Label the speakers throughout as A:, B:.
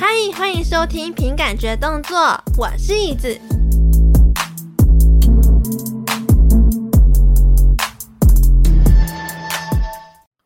A: 嗨，欢迎收听《凭感觉动作》，我是椅子。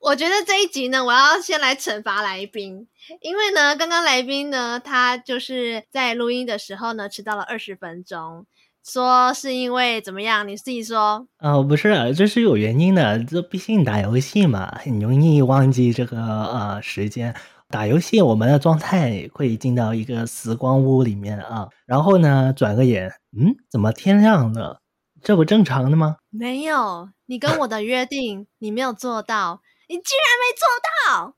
A: 我觉得这一集呢，我要先来惩罚来宾，因为呢，刚刚来宾呢，他就是在录音的时候呢，迟到了二十分钟，说是因为怎么样？你自己说。
B: 啊、不是啊，这是有原因的。这毕竟打游戏嘛，很容易忘记这个呃时间。打游戏，我们的状态会进到一个时光屋里面啊，然后呢，转个眼，嗯，怎么天亮了？这不正常的吗？
A: 没有，你跟我的约定，你没有做到，你居然没做到。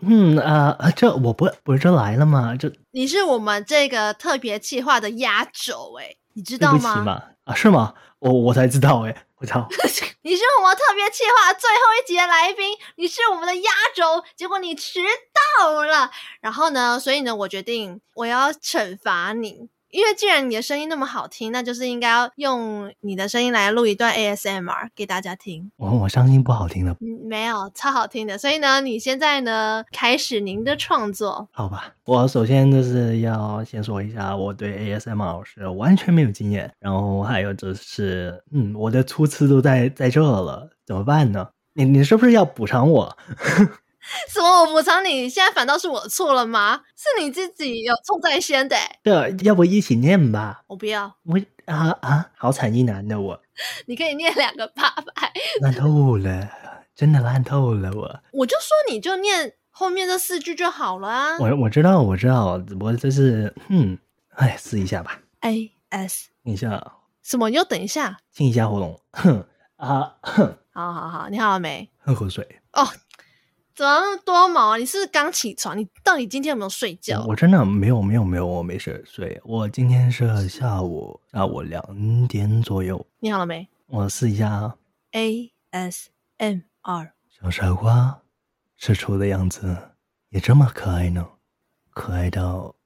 B: 嗯啊、呃这我不不是这来了吗？这对
A: 你是我们这个特别计划的压轴哎、你知道
B: 不起
A: 吗？
B: 嘛啊，是吗？我我才知道哎，我 操！
A: 你是我们特别计划最后一集的来宾，你是我们的压轴，结果你迟到了。然后呢，所以呢，我决定我要惩罚你，因为既然你的声音那么好听，那就是应该要用你的声音来录一段 ASMR 给大家听。
B: 我我伤心不好听了，
A: 嗯，没有，超好听的。所以呢，你现在呢开始您的创作。
B: 好吧，我首先就是要先说一下，我对 ASMR 是完全没有经验，然后还有就是，嗯，我的初次都在在这了，怎么办呢？你你是不是要补偿我？
A: 什么？我补偿你？现在反倒是我错了吗？是你自己有错在先的欸、
B: 这要不一起念吧？
A: 我不要，
B: 我啊啊，好惨一男的我，
A: 你可以念两个八百。
B: 烂透了，真的烂透了我。
A: 我就说你就念后面这四句就好了啊。
B: 我我知道我知道，只不过这是，嗯，哎，试一下吧，
A: A S
B: 等一下，
A: 什么？你又等一下。
B: 清一下喉咙，哼啊，哼，
A: 好好好，你好了没？
B: 喝口水。
A: 怎么那么多毛啊？你是不是刚起床？你到底今天有没有睡觉？
B: 我真的没有没有没有，我没事睡。我今天是下午下午两点左右，
A: 你好了没
B: 我试一下啊。
A: ？A S M R。
B: 小傻瓜，吃醋的样子也这么可爱呢，可爱到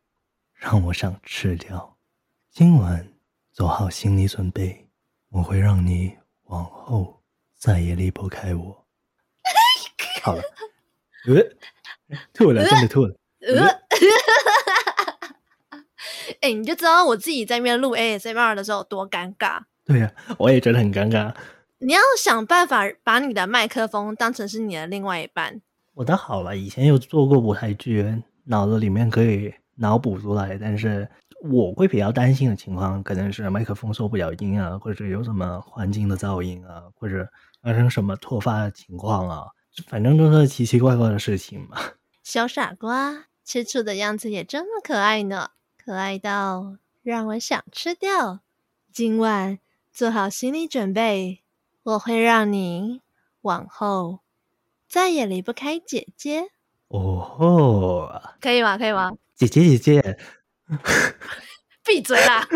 B: 让我想吃掉。今晚做好心理准备，我会让你往后再也离不开我。好 了，呃，吐了，真的吐了。
A: 呃，哎、你就知道我自己在面录 A S M R 的时候有多尴尬。
B: 对呀、我也觉得很尴尬。
A: 你要想办法把你的麦克风当成是你的另外一半。
B: 我倒好了，以前有做过舞台剧，脑子里面可以脑补出来，但是我会比较担心的情况，可能是麦克风受不了音啊，或者有什么环境的噪音啊，或者发生什么突发的情况啊，反正都是奇奇怪怪的事情嘛。
A: 小傻瓜，吃醋的样子也这么可爱呢，可爱到让我想吃掉。今晚做好心理准备，我会让你往后再也离不开姐姐，
B: 哦吼，
A: 可以吗？可以吗？
B: 姐姐姐姐
A: 闭嘴啦！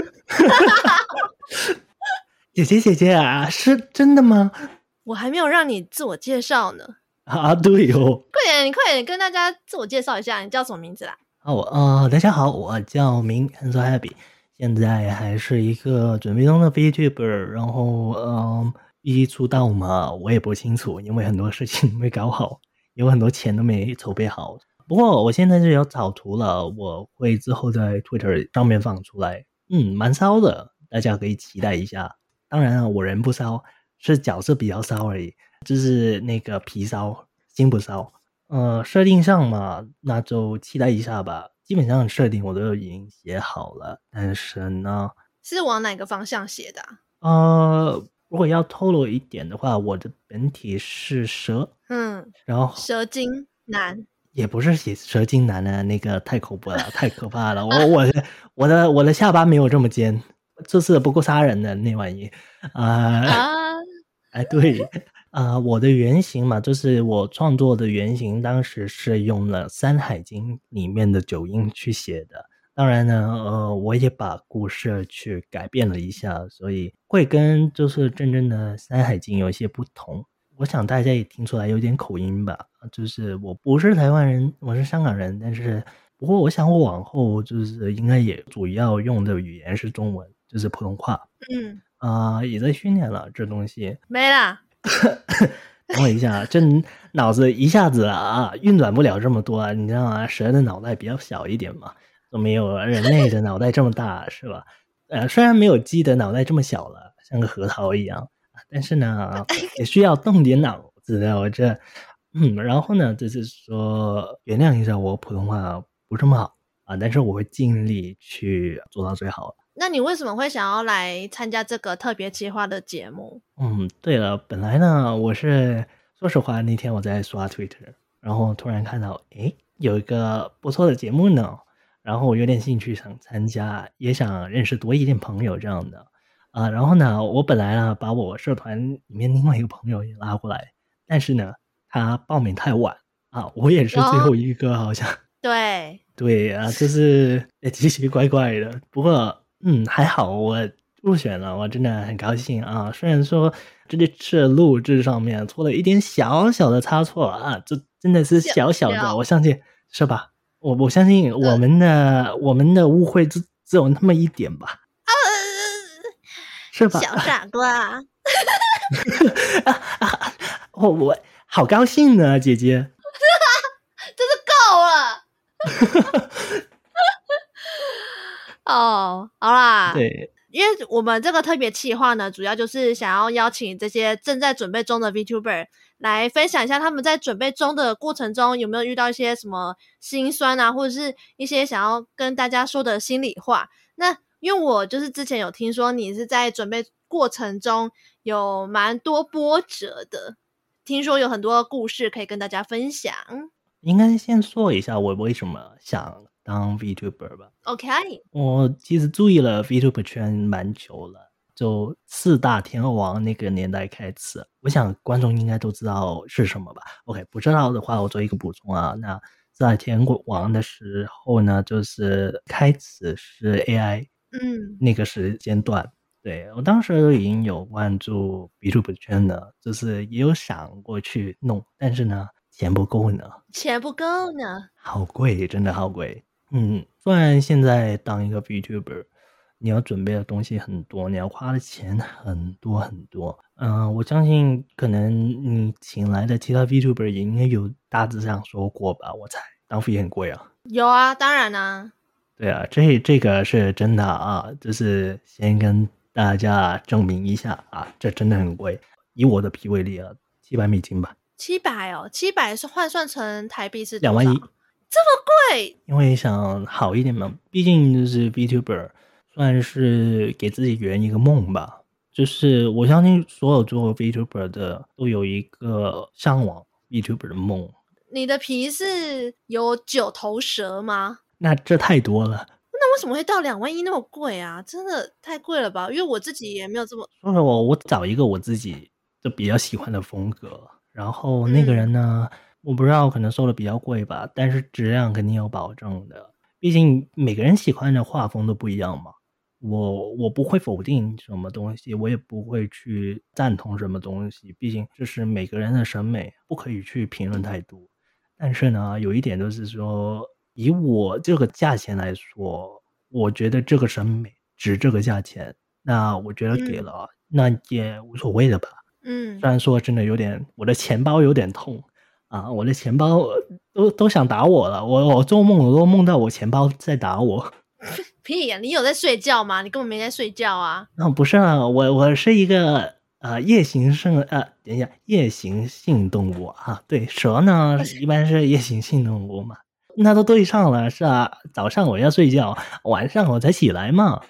B: 姐姐姐姐啊，是真的吗？
A: 我还没有让你自我介绍呢，
B: 啊，对哦，
A: 快点，你快点跟大家自我介绍一下，你叫什么名字啦？
B: 啊，我呃，大家好，我叫明 I'm so happy，现在还是一个准备中的 VTuber，然后嗯，一出道嘛，我也不清楚，因为很多事情没搞好，有很多钱都没筹备好。不过我现在是有草图了，我会之后在 Twitter 上面放出来，嗯，蛮骚的，大家可以期待一下。当然啊，我人不骚，是角色比较骚而已，就是那个皮骚，心不骚。呃，设定上嘛，那就期待一下吧。基本上设定我都已经写好了，但是呢，
A: 是往哪个方向写的、啊？
B: 呃，如果要透露一点的话，我的本体是蛇，
A: 嗯，
B: 然后
A: 蛇精男，
B: 也不是写蛇精男的那个太恐怖了，太可怕了。我我的我的我的下巴没有这么尖，这次不够杀人的那玩意啊。
A: 啊，
B: 哎，对，啊、我的原型嘛，就是我创作的原型，当时是用了《山海经》里面的九阴去写的。当然呢，呃，我也把故事去改变了一下，所以会跟就是真正的《山海经》有一些不同。我想大家也听出来有点口音吧，就是我不是台湾人，我是香港人，但是不过我想我往后就是应该也主要用的语言是中文，就是普通话
A: 嗯，
B: 啊、也在训练了这东西。
A: 没啦。
B: 我一下，啊这脑子一下子啊运转不了这么多啊，你知道吗？蛇的脑袋比较小一点嘛，都没有啊人类的脑袋这么大，啊是吧？呃，虽然没有鸡的脑袋这么小了，像个核桃一样，啊但是呢，也需要动点脑子的。我这，嗯，然后呢，就是说原谅一下我普通话不这么好啊，但是我会尽力去做到最好的。
A: 那你为什么会想要来参加这个特别企划的节目？
B: 嗯，对了，本来呢，我是说实话，那天我在刷 Twitter，然后突然看到，诶，有一个不错的节目呢，然后我有点兴趣想参加，也想认识多一点朋友这样的啊。然后呢，我本来呢把我社团里面另外一个朋友也拉过来，但是呢，他报名太晚啊，我也是最后一个，好像、哦、
A: 对
B: 对啊，就是奇奇怪怪的。不过嗯，还好我。入选了，我真的很高兴啊！虽然说这次录制上面出了一点小小的差错啊，这真的是小小嗯的，我相信是吧？我我相信我们的、呃、我们的误会只只有那么一点吧？
A: 啊、
B: 呃，是吧？
A: 小傻瓜！
B: 啊 啊！我我好高兴呢、啊，姐姐，
A: 真是够了！ 哦，好啦，
B: 对。
A: 因为我们这个特别企划呢，主要就是想要邀请这些正在准备中的 VTuber 来分享一下他们在准备中的过程中有没有遇到一些什么心酸啊，或者是一些想要跟大家说的心里话。那因为我就是之前有听说你是在准备过程中有蛮多波折的，听说有很多故事可以跟大家分享。
B: 应该先说一下我为什么想。当 Vtuber 吧
A: ，OK。
B: 我其实注意了 Vtuber 圈蛮久了，就四大天王那个年代开始，我想观众应该都知道是什么吧？OK，不知道的话我做一个补充啊。那四大天王的时候呢，就是开始是 AI，
A: 嗯，
B: 那个时间段，对我当时已经有关注 Vtuber 圈了，就是也有想过去弄，但是呢，钱不够呢，
A: 钱不够呢，
B: 好贵，真的好贵。嗯，虽然现在当一个 Vtuber，你要准备的东西很多，你要花的钱很多很多。嗯、呃，我相信可能你请来的其他 Vtuber 也应该有大致上说过吧，我猜当副也很贵啊。
A: 有啊，当然啦、啊。
B: 对啊，这这个是真的啊，就是先跟大家证明一下啊，这真的很贵。以我的皮为例啊，七百美金吧。
A: 七百哦，七百是换算成台币是
B: 两万一。
A: 这么贵，
B: 因为想好一点嘛，毕竟就是 Vtuber，算是给自己圆一个梦吧。就是我相信所有做 Vtuber 的都有一个向往 Vtuber 的梦。
A: 你的皮是有九头蛇吗？
B: 那这太多了。
A: 那为什么会到两万一那么贵啊？真的太贵了吧？因为我自己也没有这么。
B: 说实话，我找一个我自己就比较喜欢的风格，然后那个人呢？嗯我不知道，可能收的比较贵吧，但是质量肯定有保证的。毕竟每个人喜欢的画风都不一样嘛。我我不会否定什么东西，我也不会去赞同什么东西。毕竟这是每个人的审美，不可以去评论太多。但是呢，有一点就是说，以我这个价钱来说，我觉得这个审美值这个价钱，那我觉得给了，嗯、那也无所谓了吧。
A: 嗯，
B: 虽然说真的有点，我的钱包有点痛。啊！我的钱包都都想打我了，我我做梦我都梦到我钱包在打我。
A: 屁呀、啊！你有在睡觉吗？你根本没在睡觉啊！
B: 啊，不是啊，我我是一个呃夜行性呃，等一下，夜行性动物啊。对，蛇呢一般是夜行性动物嘛。那都对上了是啊，早上我要睡觉，晚上我才起来嘛。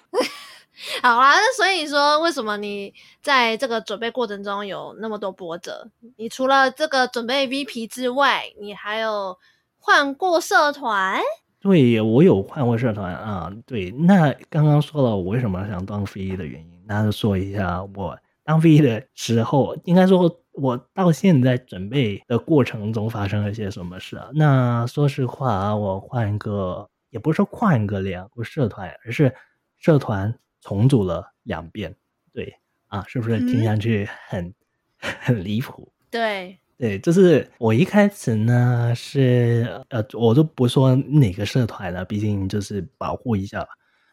A: 好啦，那所以说，为什么你在这个准备过程中有那么多波折？你除了这个准备 V P 之外，你还有换过社团？
B: 对，我有换过社团啊。对，那刚刚说了，我为什么想当 V 的原因，那就说一下我当 V 的时候，应该说我到现在准备的过程中发生了一些什么事啊？那说实话啊，我换个也不是换个两个社团，而是社团。重组了两遍，对啊，是不是听上去很、 嗯、很离谱？
A: 对
B: 对，就是我一开始呢是呃，我就不说哪个社团了，毕竟就是保护一下吧。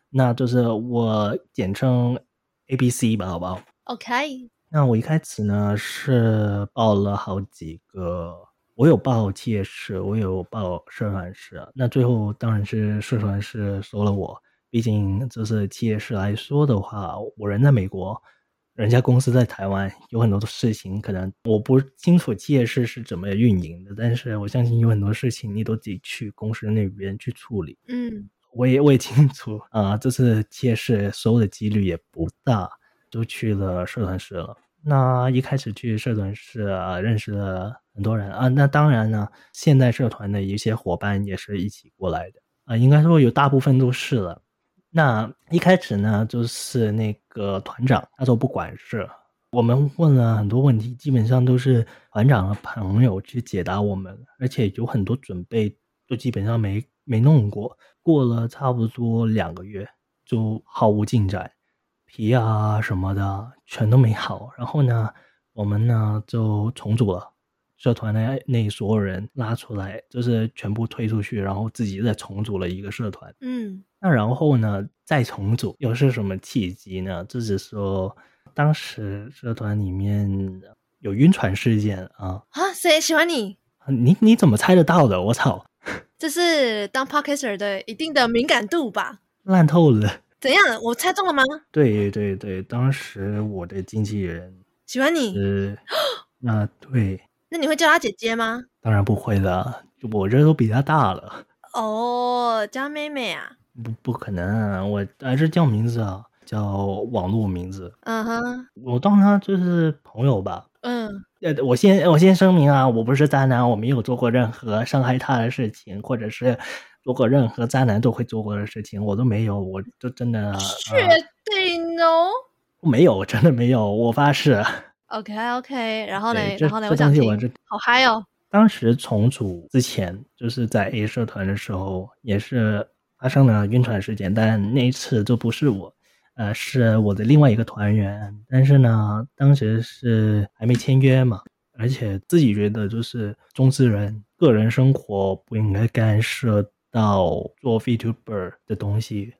B: 那就是我简称 A B C 吧，好不好
A: ？OK，
B: 那我一开始呢是报了好几个，我有报企业社，我有报社团社，啊那最后当然是社团社收了我，毕竟就是企业社来说的话，我人在美国。人家公司在台湾有很多的事情，可能我不清楚企业是是怎么运营的，但是我相信有很多事情你都得去公司那边去处理。
A: 嗯
B: 我也我也清楚啊、这次企业社收的几率也不大，都去了社团社了。那一开始去社团社、啊、认识了很多人啊，那当然呢，现代社团的一些伙伴也是一起过来的啊，应该说有大部分都是了。那一开始呢，就是那个团长他说不管事，我们问了很多问题，基本上都是团长和朋友去解答我们，而且有很多准备都基本上没没弄过。过了差不多两个月，就毫无进展，皮啊什么的全都没好。然后呢，我们呢就重组了。社团内内所有人拉出来，就是全部推出去，然后自己再重组了一个社团。
A: 嗯
B: 那然后呢，再重组又是什么契机呢？就是说，当时社团里面有晕船事件啊，
A: 啊，谁喜欢你？
B: 你你怎么猜得到的？我操，
A: 这是当 podcaster 的一定的敏感度吧？
B: 烂透了！
A: 怎样？我猜中了吗？
B: 对对对，当时我的经纪人
A: 喜欢你？
B: 是，那、对，
A: 那你会叫她姐姐吗？
B: 当然不会了，我这都比他大了，
A: 哦，叫她妹妹啊。
B: 不不可能，啊我还是叫名字啊，叫网络名字，
A: 嗯哼，
B: 我当他就是朋友吧，
A: 嗯
B: 呃，我先我先声明啊，我不是渣男，我没有做过任何伤害他的事情，或者是做过任何渣男都会做过的事情，我都没有，我就真的、
A: 确
B: 呃
A: 定哦。
B: 没有，我真的没有，我发誓。
A: OK OK，然后呢
B: 对，？这
A: 然后呢？
B: 这
A: 想
B: 东西
A: 听
B: 我，是
A: 好嗨哦。
B: 当时重组之前，就是在 A 社团的时候，也是发生了晕船事件，但那一次就不是我，呃，是我的另外一个团员。但是呢，当时是还没签约嘛，而且自己觉得就是中资人个人生活不应该干涉到做 VTuber 的东西。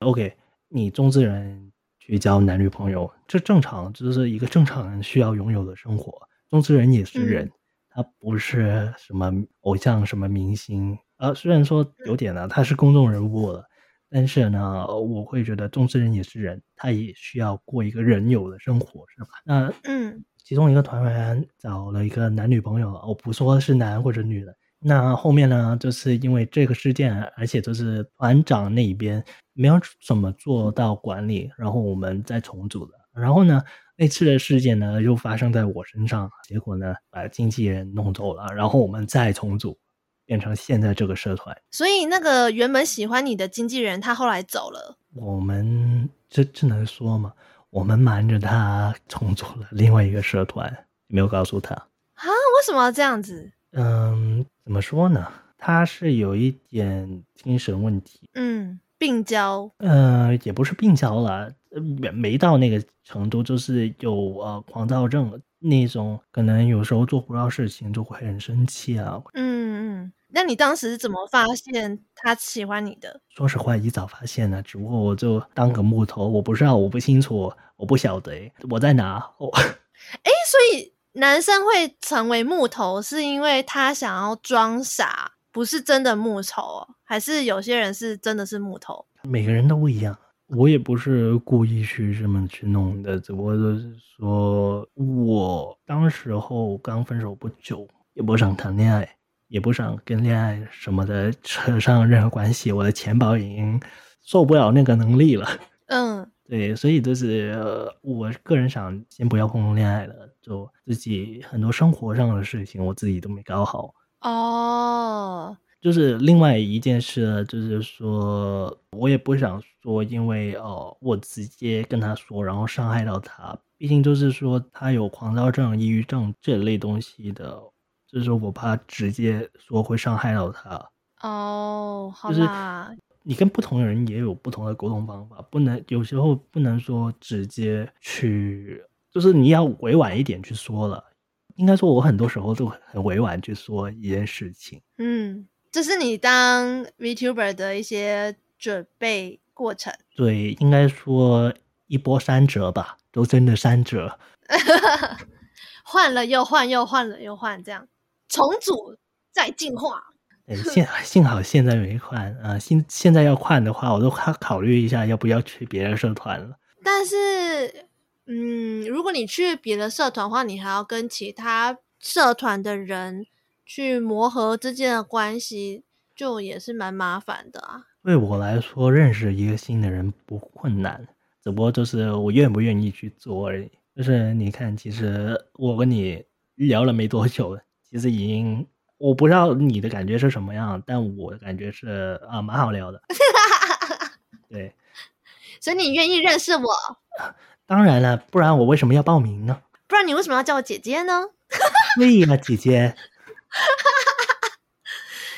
B: OK，你中资人去交男女朋友，这正常，这是一个正常人需要拥有的生活。中资人也是人，
A: 嗯
B: 他不是什么偶像、什么明星，呃，虽然说有点呢，他是公众人物了，但是呢，我会觉得中资人也是人，他也需要过一个人有的生活，是吧？那
A: 嗯
B: 其中一个团员找了一个男女朋友，我不说是男或者女的。那后面呢，就是因为这个事件，而且就是团长那边没有怎么做到管理，然后我们再重组的。然后呢，那次的事件呢又发生在我身上，结果呢把经纪人弄走了，然后我们再重组，变成现在这个社团。
A: 所以那个原本喜欢你的经纪人，他后来走了。
B: 我们这这能说吗？我们瞒着他重组了另外一个社团，没有告诉他。
A: 啊，为什么要这样子？
B: 嗯，怎么说呢？他是有一点精神问题，
A: 嗯，病娇。
B: 呃，也不是病娇了，呃没没到那个程度，就是有呃狂躁症那种，可能有时候做不到事情就会很生气啊。
A: 嗯嗯，那你当时是怎么发现他喜欢你的？
B: 说实话，一早发现了，只不过我就当个木头，我不知道，我不清楚，我不晓得我在哪，我
A: 诶，所以男生会成为木头，是因为他想要装傻，不是真的木头哦？还是有些人是真的是木头？
B: 每个人都不一样。我也不是故意去这么去弄的，只不过就是说我当时候刚分手不久，也不想谈恋爱，也不想跟恋爱什么的扯上任何关系，我的钱包已经受不了那个能力了。
A: 嗯
B: 对，所以就是、呃我个人想先不要碰碰恋爱了，就自己很多生活上的事情我自己都没搞好，
A: 哦，
B: 就是另外一件事呢，就是说我也不想说，因为哦，我直接跟他说，然后伤害到他。毕竟就是说他有狂躁症、抑郁症这类东西的，就是说我怕直接说会伤害到他。
A: 哦，好
B: 就是
A: 啦，
B: 你跟不同人也有不同的沟通方法，不能有时候不能说直接去，就是你要委婉一点去说了。应该说，我很多时候都很委婉去说一件事情。
A: 嗯，这是你当 VTuber 的一些准备过程。
B: 对，应该说一波三折吧，都真的三折。
A: 换了又换，又换了又换，这样重组再进化。
B: 对，幸幸好现在没换啊、呃现现在要换的话，我都考考虑一下要不要去别的社团了。
A: 但是，嗯，如果你去别的社团的话，你还要跟其他社团的人去磨合之间的关系，就也是蛮麻烦的啊。
B: 对我来说，认识一个新的人不困难，只不过就是我愿不愿意去做而已。就是你看，其实我跟你聊了没多久了，其实已经我不知道你的感觉是什么样，但我的感觉是啊，蛮好聊的。对，
A: 所以你愿意认识我，
B: 当然了，不然我为什么要报名呢？
A: 不然你为什么要叫我姐姐呢？
B: 对呀、姐姐，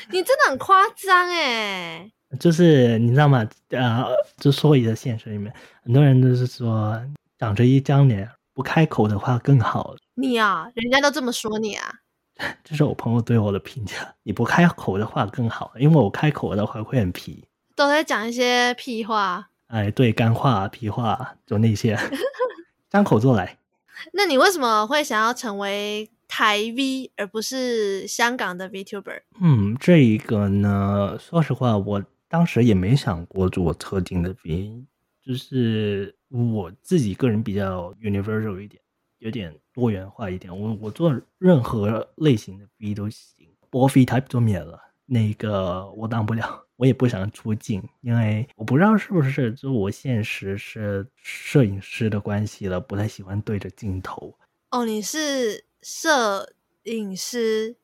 A: 你真的很夸张哎、
B: 就是你知道吗？呃，就所以的现实里面，很多人都是说长着一张脸不开口的话更好，
A: 你啊，人家都这么说你啊。
B: 这是我朋友对我的评价。你不开口的话更好，因为我开口的话会很皮。
A: 都在讲一些屁话。
B: 哎，对，干话、皮话，就那些， 张口就来。
A: 那你为什么会想要成为台 V 而不是香港的 VTuber？
B: 嗯，这一个呢，说实话，我当时也没想过做特定的原因，就是我自己个人比较 universal 一点，有点多元化一点。我我做任何类型的 V 都行，波 V type 就免了，那个我当不了，我也不想出镜，因为我不知道是不是就我现实是摄影师的关系了，不太喜欢对着镜头。
A: 哦，你是摄影师，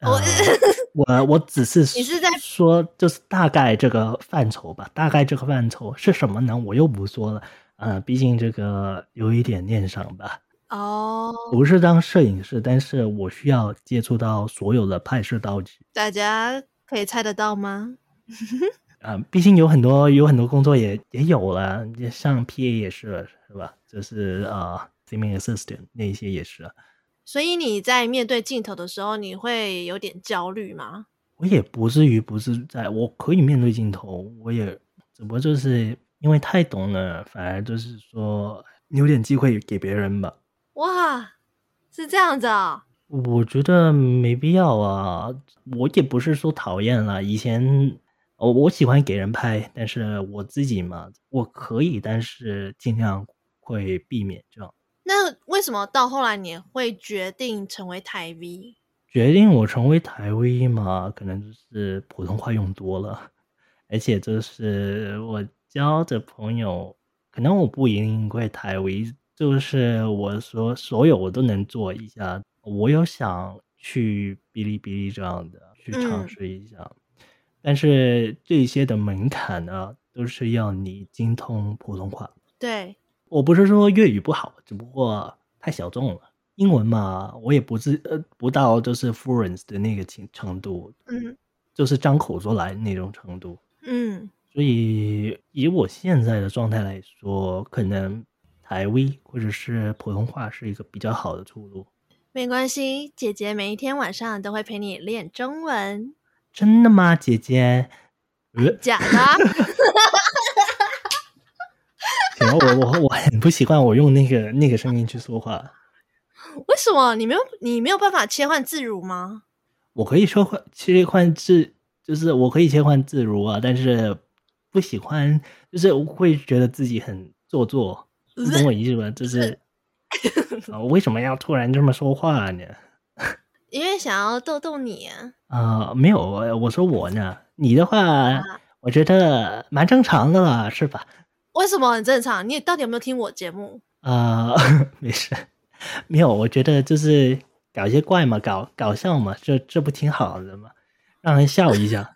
A: 我
B: 呃我我只是
A: 你是在
B: 说，就是大概这个范畴吧，大概这个范畴是什么呢？我又不说了，呃，毕竟这个有一点念想吧，
A: 哦，
B: 不是当摄影师，但是我需要接触到所有的拍摄道具，
A: 大家可以猜得到吗？
B: 啊、毕竟有很多有很多工作也也有了，也像 PA 也是是吧？就是呃，filming assistant 那一些也是，
A: 所以你在面对镜头的时候，你会有点焦虑吗？
B: 我也不至于不是在，我可以面对镜头，我也只不过就是因为太懂了，反而就是说留点机会给别人吧。
A: 哇，是这样子啊、
B: 我觉得没必要啊，我也不是说讨厌啦。以前我我喜欢给人拍，但是我自己嘛，我可以，但是尽量会避免这样。
A: 那为什么到后来你会决定成为台 V？
B: 决定我成为台威嘛，可能就是普通话用多了，而且就是我交的朋友，可能我不一定会台威，就是我说所有我都能做一下。我有想去哔哩哔哩这样的去尝
A: 嗯
B: 试一下，但是这些的门槛呢，都是要你精通普通话。
A: 对，
B: 我不是说粤语不好，只不过太小众了。英文嘛，我也不是呃不到就是 fluent 的那个情程度，
A: 嗯
B: 就是张口就来那种程度。
A: 嗯，
B: 所以以我现在的状态来说，可能台微或者是普通话是一个比较好的出路。
A: 没关系，姐姐每一天晚上都会陪你练中文，
B: 真的吗，姐姐？呃，
A: 假的啊
B: 行，我我我很不习惯我用那个那个声音去说话。
A: 为什么你没有你没有办法切换自如吗？
B: 我可以说换切换自，就是我可以切换自如啊，但是不喜欢，就是我会觉得自己很做作，你懂我意思吧？就是、啊，为什么要突然这么说话呢？
A: 因为想要逗逗你啊、
B: 啊、没有，我我说我呢，你的话，我觉得蛮正常的了，是吧？
A: 为什么很正常？你到底有没有听我节目？
B: 啊、 没事，没有，我觉得就是搞一些怪嘛，搞搞笑嘛，这这不挺好的吗？让人笑 一下，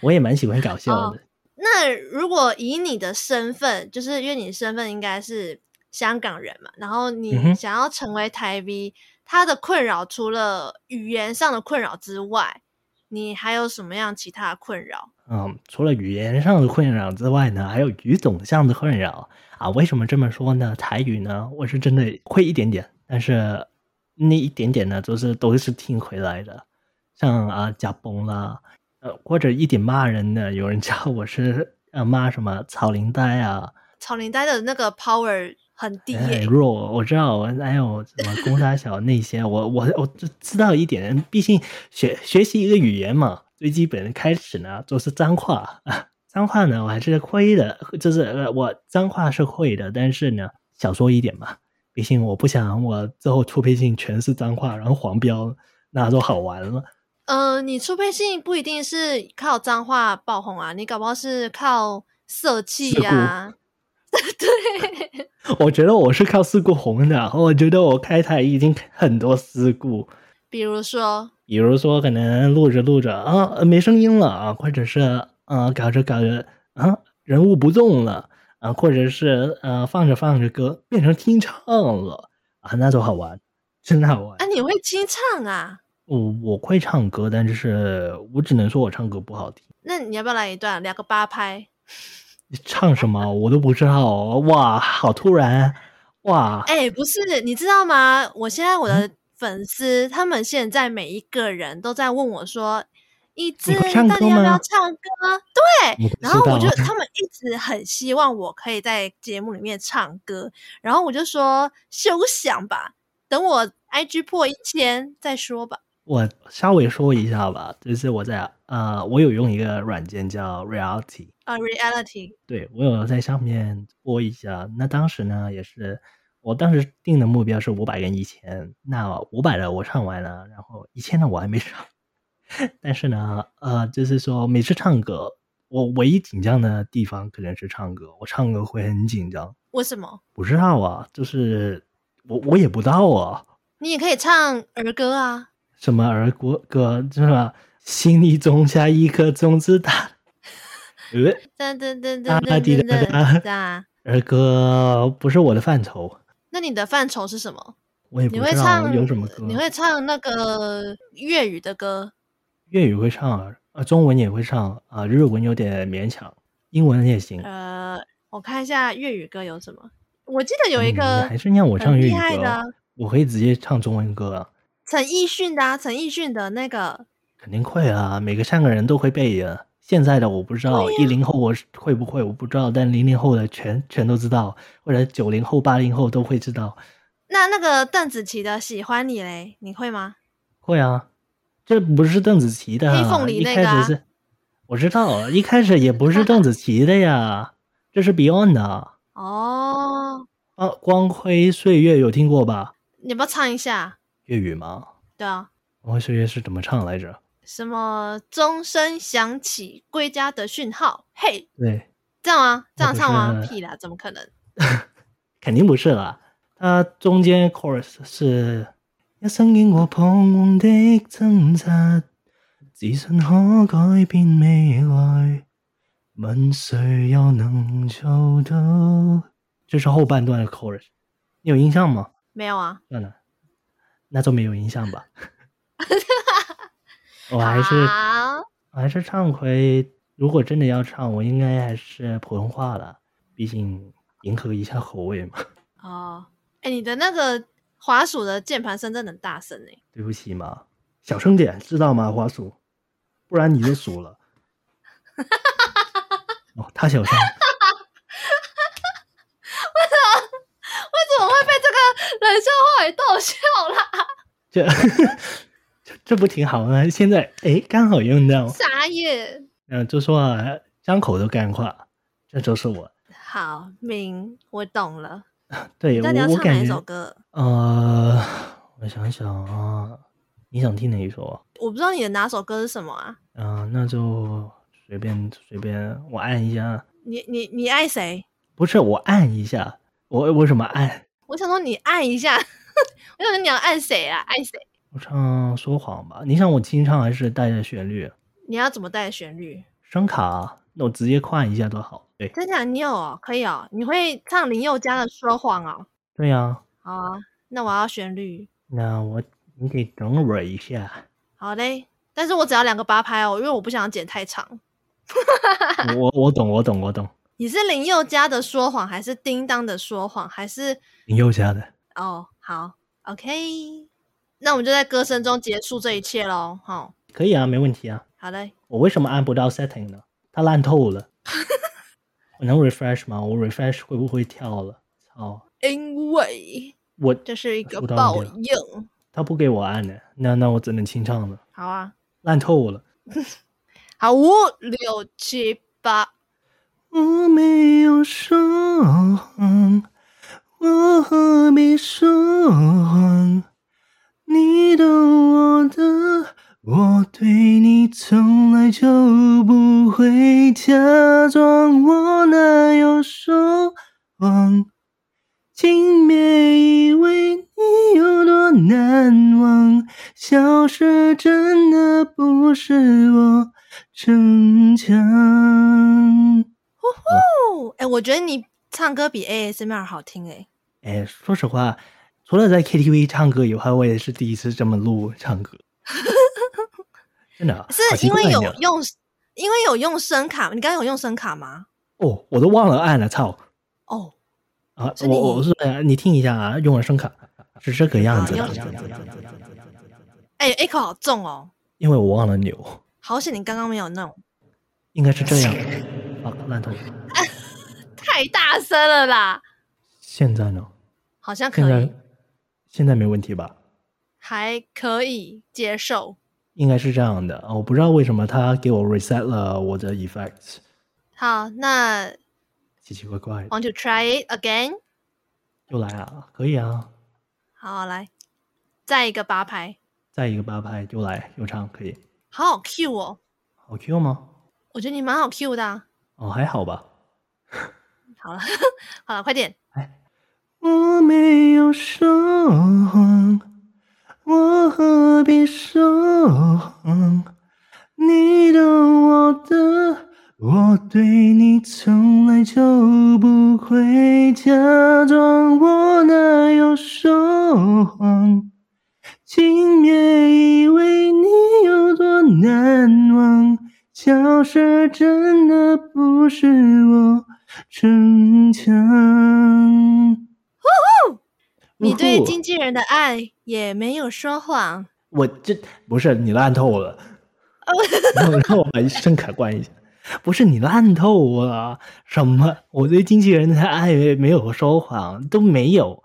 B: 我也蛮喜欢搞笑
A: 哦
B: 的。
A: 那如果以你的身份，就是因为你的身份应该是香港人嘛，然后
B: 嗯哼
A: 你想要成为台 V，、他的困扰除了语言上的困扰之外，你还有什么样其他的困扰？
B: 嗯，除了语言上的困扰之外呢，还有语种上的困扰啊。为什么这么说呢？台语呢，我是真的会一点点，但是那一点点呢，就是都是听回来的，像啊假崩啦，呃，或者一点骂人的，有人叫我是呃骂什么草林呆啊，
A: 草林呆的那个 power 很低
B: 很
A: 耶、
B: 弱，哎我知道，我还有什么攻杀小那些，我我我就知道一点，毕竟学学习一个语言嘛，最基本的开始呢就是脏话啊，脏话呢我还是会的，就是呃我脏话是会的，但是呢少说一点嘛，毕竟我不想我之后出配信全是脏话，然后黄标那都好玩了。
A: 呃，你出配信不一定是靠脏话爆红啊，你搞不好是靠色气
B: 事故
A: 呀、对，
B: 我觉得我是靠事故红的，我觉得我开台已经很多事故，
A: 比如说，
B: 比如说可能录着录着啊呃没声音了啊，或者是啊搞着搞着啊人物不动了啊，或者是呃放着放着歌变成清唱了啊，那都好玩，真的好玩
A: 啊，。你会清唱啊？
B: 我我会唱歌，但是我只能说我唱歌不好听，
A: 那你要不要来一段两个八拍？
B: 唱什么我都不知道哦。哇，好突然，哇，
A: 哎、不是，你知道吗？我现在我的
B: 嗯
A: 粉丝，他们现在每一个人都在问我说：“一直
B: 会唱
A: 到底
B: 歌
A: 要不要
B: 吗
A: 唱歌？”
B: 我不
A: 然后
B: 知
A: 我
B: 道
A: 就他们一直很希望我可以在节目里面唱歌，然后我就说休想吧，等我 IG 破一千再说吧。
B: 我稍微说一下吧，就是我在呃，我有用一个软件叫 Reality。
A: 啊、r e a l i t y
B: 对我有在上面播一下。那当时呢，也是我当时定的目标是五百跟一千，那五百的我唱完了，然后一千的我还没唱。 但是呢，呃，就是说每次唱歌，我唯一紧张的地方可能是唱歌，我唱歌会很紧张。
A: 为什么？
B: 不知道啊，就是我我也不知道啊，
A: 你也可以唱儿歌啊，
B: 什么儿歌歌，就是吧心里种下一颗种子它。 呃，
A: 噔噔噔
B: 哒
A: 噔
B: 哒
A: 噔
B: 滴
A: 噔
B: 哒
A: 噔
B: 哒
A: 哒。
B: 儿歌不是我的范畴，
A: 那你的范畴是什么？
B: 我也
A: 你
B: 不
A: 会
B: 知道
A: 唱
B: 有什么歌。
A: 你会唱那个粤语的歌？
B: 粤语会唱啊，呃中文也会唱啊、日文有点勉强，英文也行。
A: 呃，我看一下粤语歌有什么。我记得有一
B: 嗯
A: 个
B: 还是让我唱
A: 很
B: 粤
A: 厉
B: 语
A: 害
B: 歌，
A: 的啊
B: 我可以直接唱中文歌，啊，
A: 陈奕迅的、啊，陈奕迅的那个，
B: 肯定会啊，每个香港人都会背啊。现在的我不知道，
A: 对呀
B: 一零、后我是会不会我不知道，但零零后的全全都知道，或者九零后、八零后都会知道。
A: 那那个邓紫棋的《喜欢你》嘞，你会吗？
B: 会啊，这不是邓紫棋的啊，
A: 黑凤梨
B: 一
A: 那
B: 开
A: 个啊
B: 始是，我知道啊，一开始也不是邓紫棋的呀，这是 Beyond 的啊，
A: 哦，
B: 啊光辉岁月有听过吧？
A: 你要不要唱一下？
B: 粤语吗？
A: 对啊，
B: 光辉岁月是怎么唱来着？
A: 什么钟声响起，归家的讯号，嘿，
B: 对，
A: 这样吗？这
B: 那
A: 样
B: 不
A: 唱吗？
B: 是
A: 屁啦，怎么可能？
B: 肯定不是啦。它中间 chorus 是一生经过彷徨的挣扎，自信可改变未来，问谁又能做到？这是后半段的 chorus，你有印象吗？
A: 没有啊，
B: 算了，那就没有印象 吧。我还是
A: 好
B: 我还是唱回，如果真的要唱，我应该还是普通话了，毕竟迎合一下口味嘛。
A: 哦，哎，你的那个滑鼠的键盘声真的很大声哎、
B: 对不起嘛，小声点，知道吗，花鼠？不然你就输了。哦，他小
A: 为
B: 声，
A: 什么会被这个冷笑话给逗笑啦？
B: 这这这不挺好吗？现在哎，刚好用到，
A: 傻眼。
B: 嗯、就说啊，张口都干话，这就是我。
A: 好，明，我懂了。
B: 对
A: 你
B: 我
A: 到底要
B: 我
A: 唱哪
B: 感
A: 一首
B: 觉，
A: 歌？
B: 呃，我想想啊，你想听哪一首啊？
A: 我不知道你的哪首歌是什么啊？
B: 嗯、那就随便随便，我按一下，
A: 你你你爱谁？
B: 不是我按一下，我我怎么按？
A: 我想说你按一下， 我想说你要按谁啊？爱谁？
B: 我唱说谎吧，你想我清唱还是带着旋律？
A: 你要怎么带旋律？
B: 声卡，那我直接换一下多好。对
A: 真假你有哦，可以哦，你会唱林宥嘉的《说谎》哦。
B: 对呀、
A: 好啊，那我要旋律。
B: 那我你得等我一下，
A: 好嘞，但是我只要两个八拍哦，因为我不想剪太长。
B: 我我懂我懂我懂，
A: 你是林宥嘉的《说谎》，还是叮当的《说谎》，还是
B: 林宥嘉的。
A: 哦，好，OK，那我们就在歌声中结束这一切喽。好、
B: 可以啊，没问题啊。
A: 好嘞，
B: 我为什么按不到 setting 呢？它烂透了。我能 refresh 吗？我 refresh 会不会跳了？操，
A: 因为
B: 我
A: 这是一个
B: 我当
A: 报
B: 然
A: 应。
B: 他不给我按呢，那那我只能清唱了，
A: 好啊，
B: 烂透了。
A: 好，五六七八，
B: 我没有说谎，我没说谎，你懂我的，我对你从来就不会假装，我哪有说谎？请别以为你有多难忘，消失真的不是我逞强。
A: 哦，哎，我觉得你唱歌比 ASMR 好听哎。
B: 哎，说实话，除了在 KTV 唱歌以外，我也是第一次这么录 唱歌。真的，啊
A: 是
B: 好奇
A: 因为
B: 怪
A: 有
B: 呢
A: 用，因为有用声卡，你刚刚有用声卡吗？
B: 哦，我都忘了按了，操
A: 哦，
B: 啊！
A: 是
B: 我
A: 你
B: 我是你听一下啊，用了声卡是这个样子的
A: 啊，用哎，echo 好重哦，
B: 因为我忘了扭，
A: 好险你刚刚没有弄，
B: 应该是这样。啊，烂头，
A: 太大声了啦，
B: 现在呢？
A: 好像
B: 现
A: 可
B: 在
A: 以，
B: 现在没问题吧？
A: 还可以接受。
B: 应该是这样的啊，我不知道为什么他给我 reset 了我的 effects，
A: 好，那
B: 奇奇怪怪的
A: want to try it again？
B: 又来啊，可以啊，
A: 好，来，再一个八拍，
B: 再一个八拍又来又唱，可以，
A: 好好 Q 哦，
B: 好 Q 吗？
A: 我觉得你蛮好 Q 的啊、
B: 哦，还好吧。
A: 好了， 好了，快点。
B: 我没有说谎，我何必说谎？你懂我的，我对你从来就不会假装，我哪有说谎？请别以为你有多难忘，消失真的不是我逞强。
A: 你对
B: 呜呼
A: 经纪人的爱也没有说谎。
B: 我这不是你烂透了，
A: 哦
B: 然后 让我把声卡关一下。不是你烂透我了，什么？我对经纪人的爱没有说谎，都没有，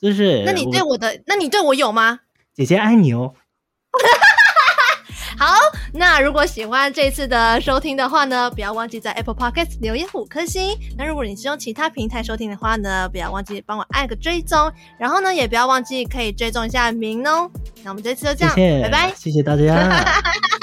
B: 就是
A: 那你对我的，那你对我有吗？
B: 姐姐爱你哦。
A: 好，那如果喜欢这次的收听的话呢，不要忘记在 Apple Podcast 留言五颗星。那如果你是用其他平台收听的话呢，不要忘记帮我按个追踪，然后呢，也不要忘记可以追踪一下明哦。那我们这次就这样，
B: 谢谢，
A: 拜拜。
B: 谢谢大家。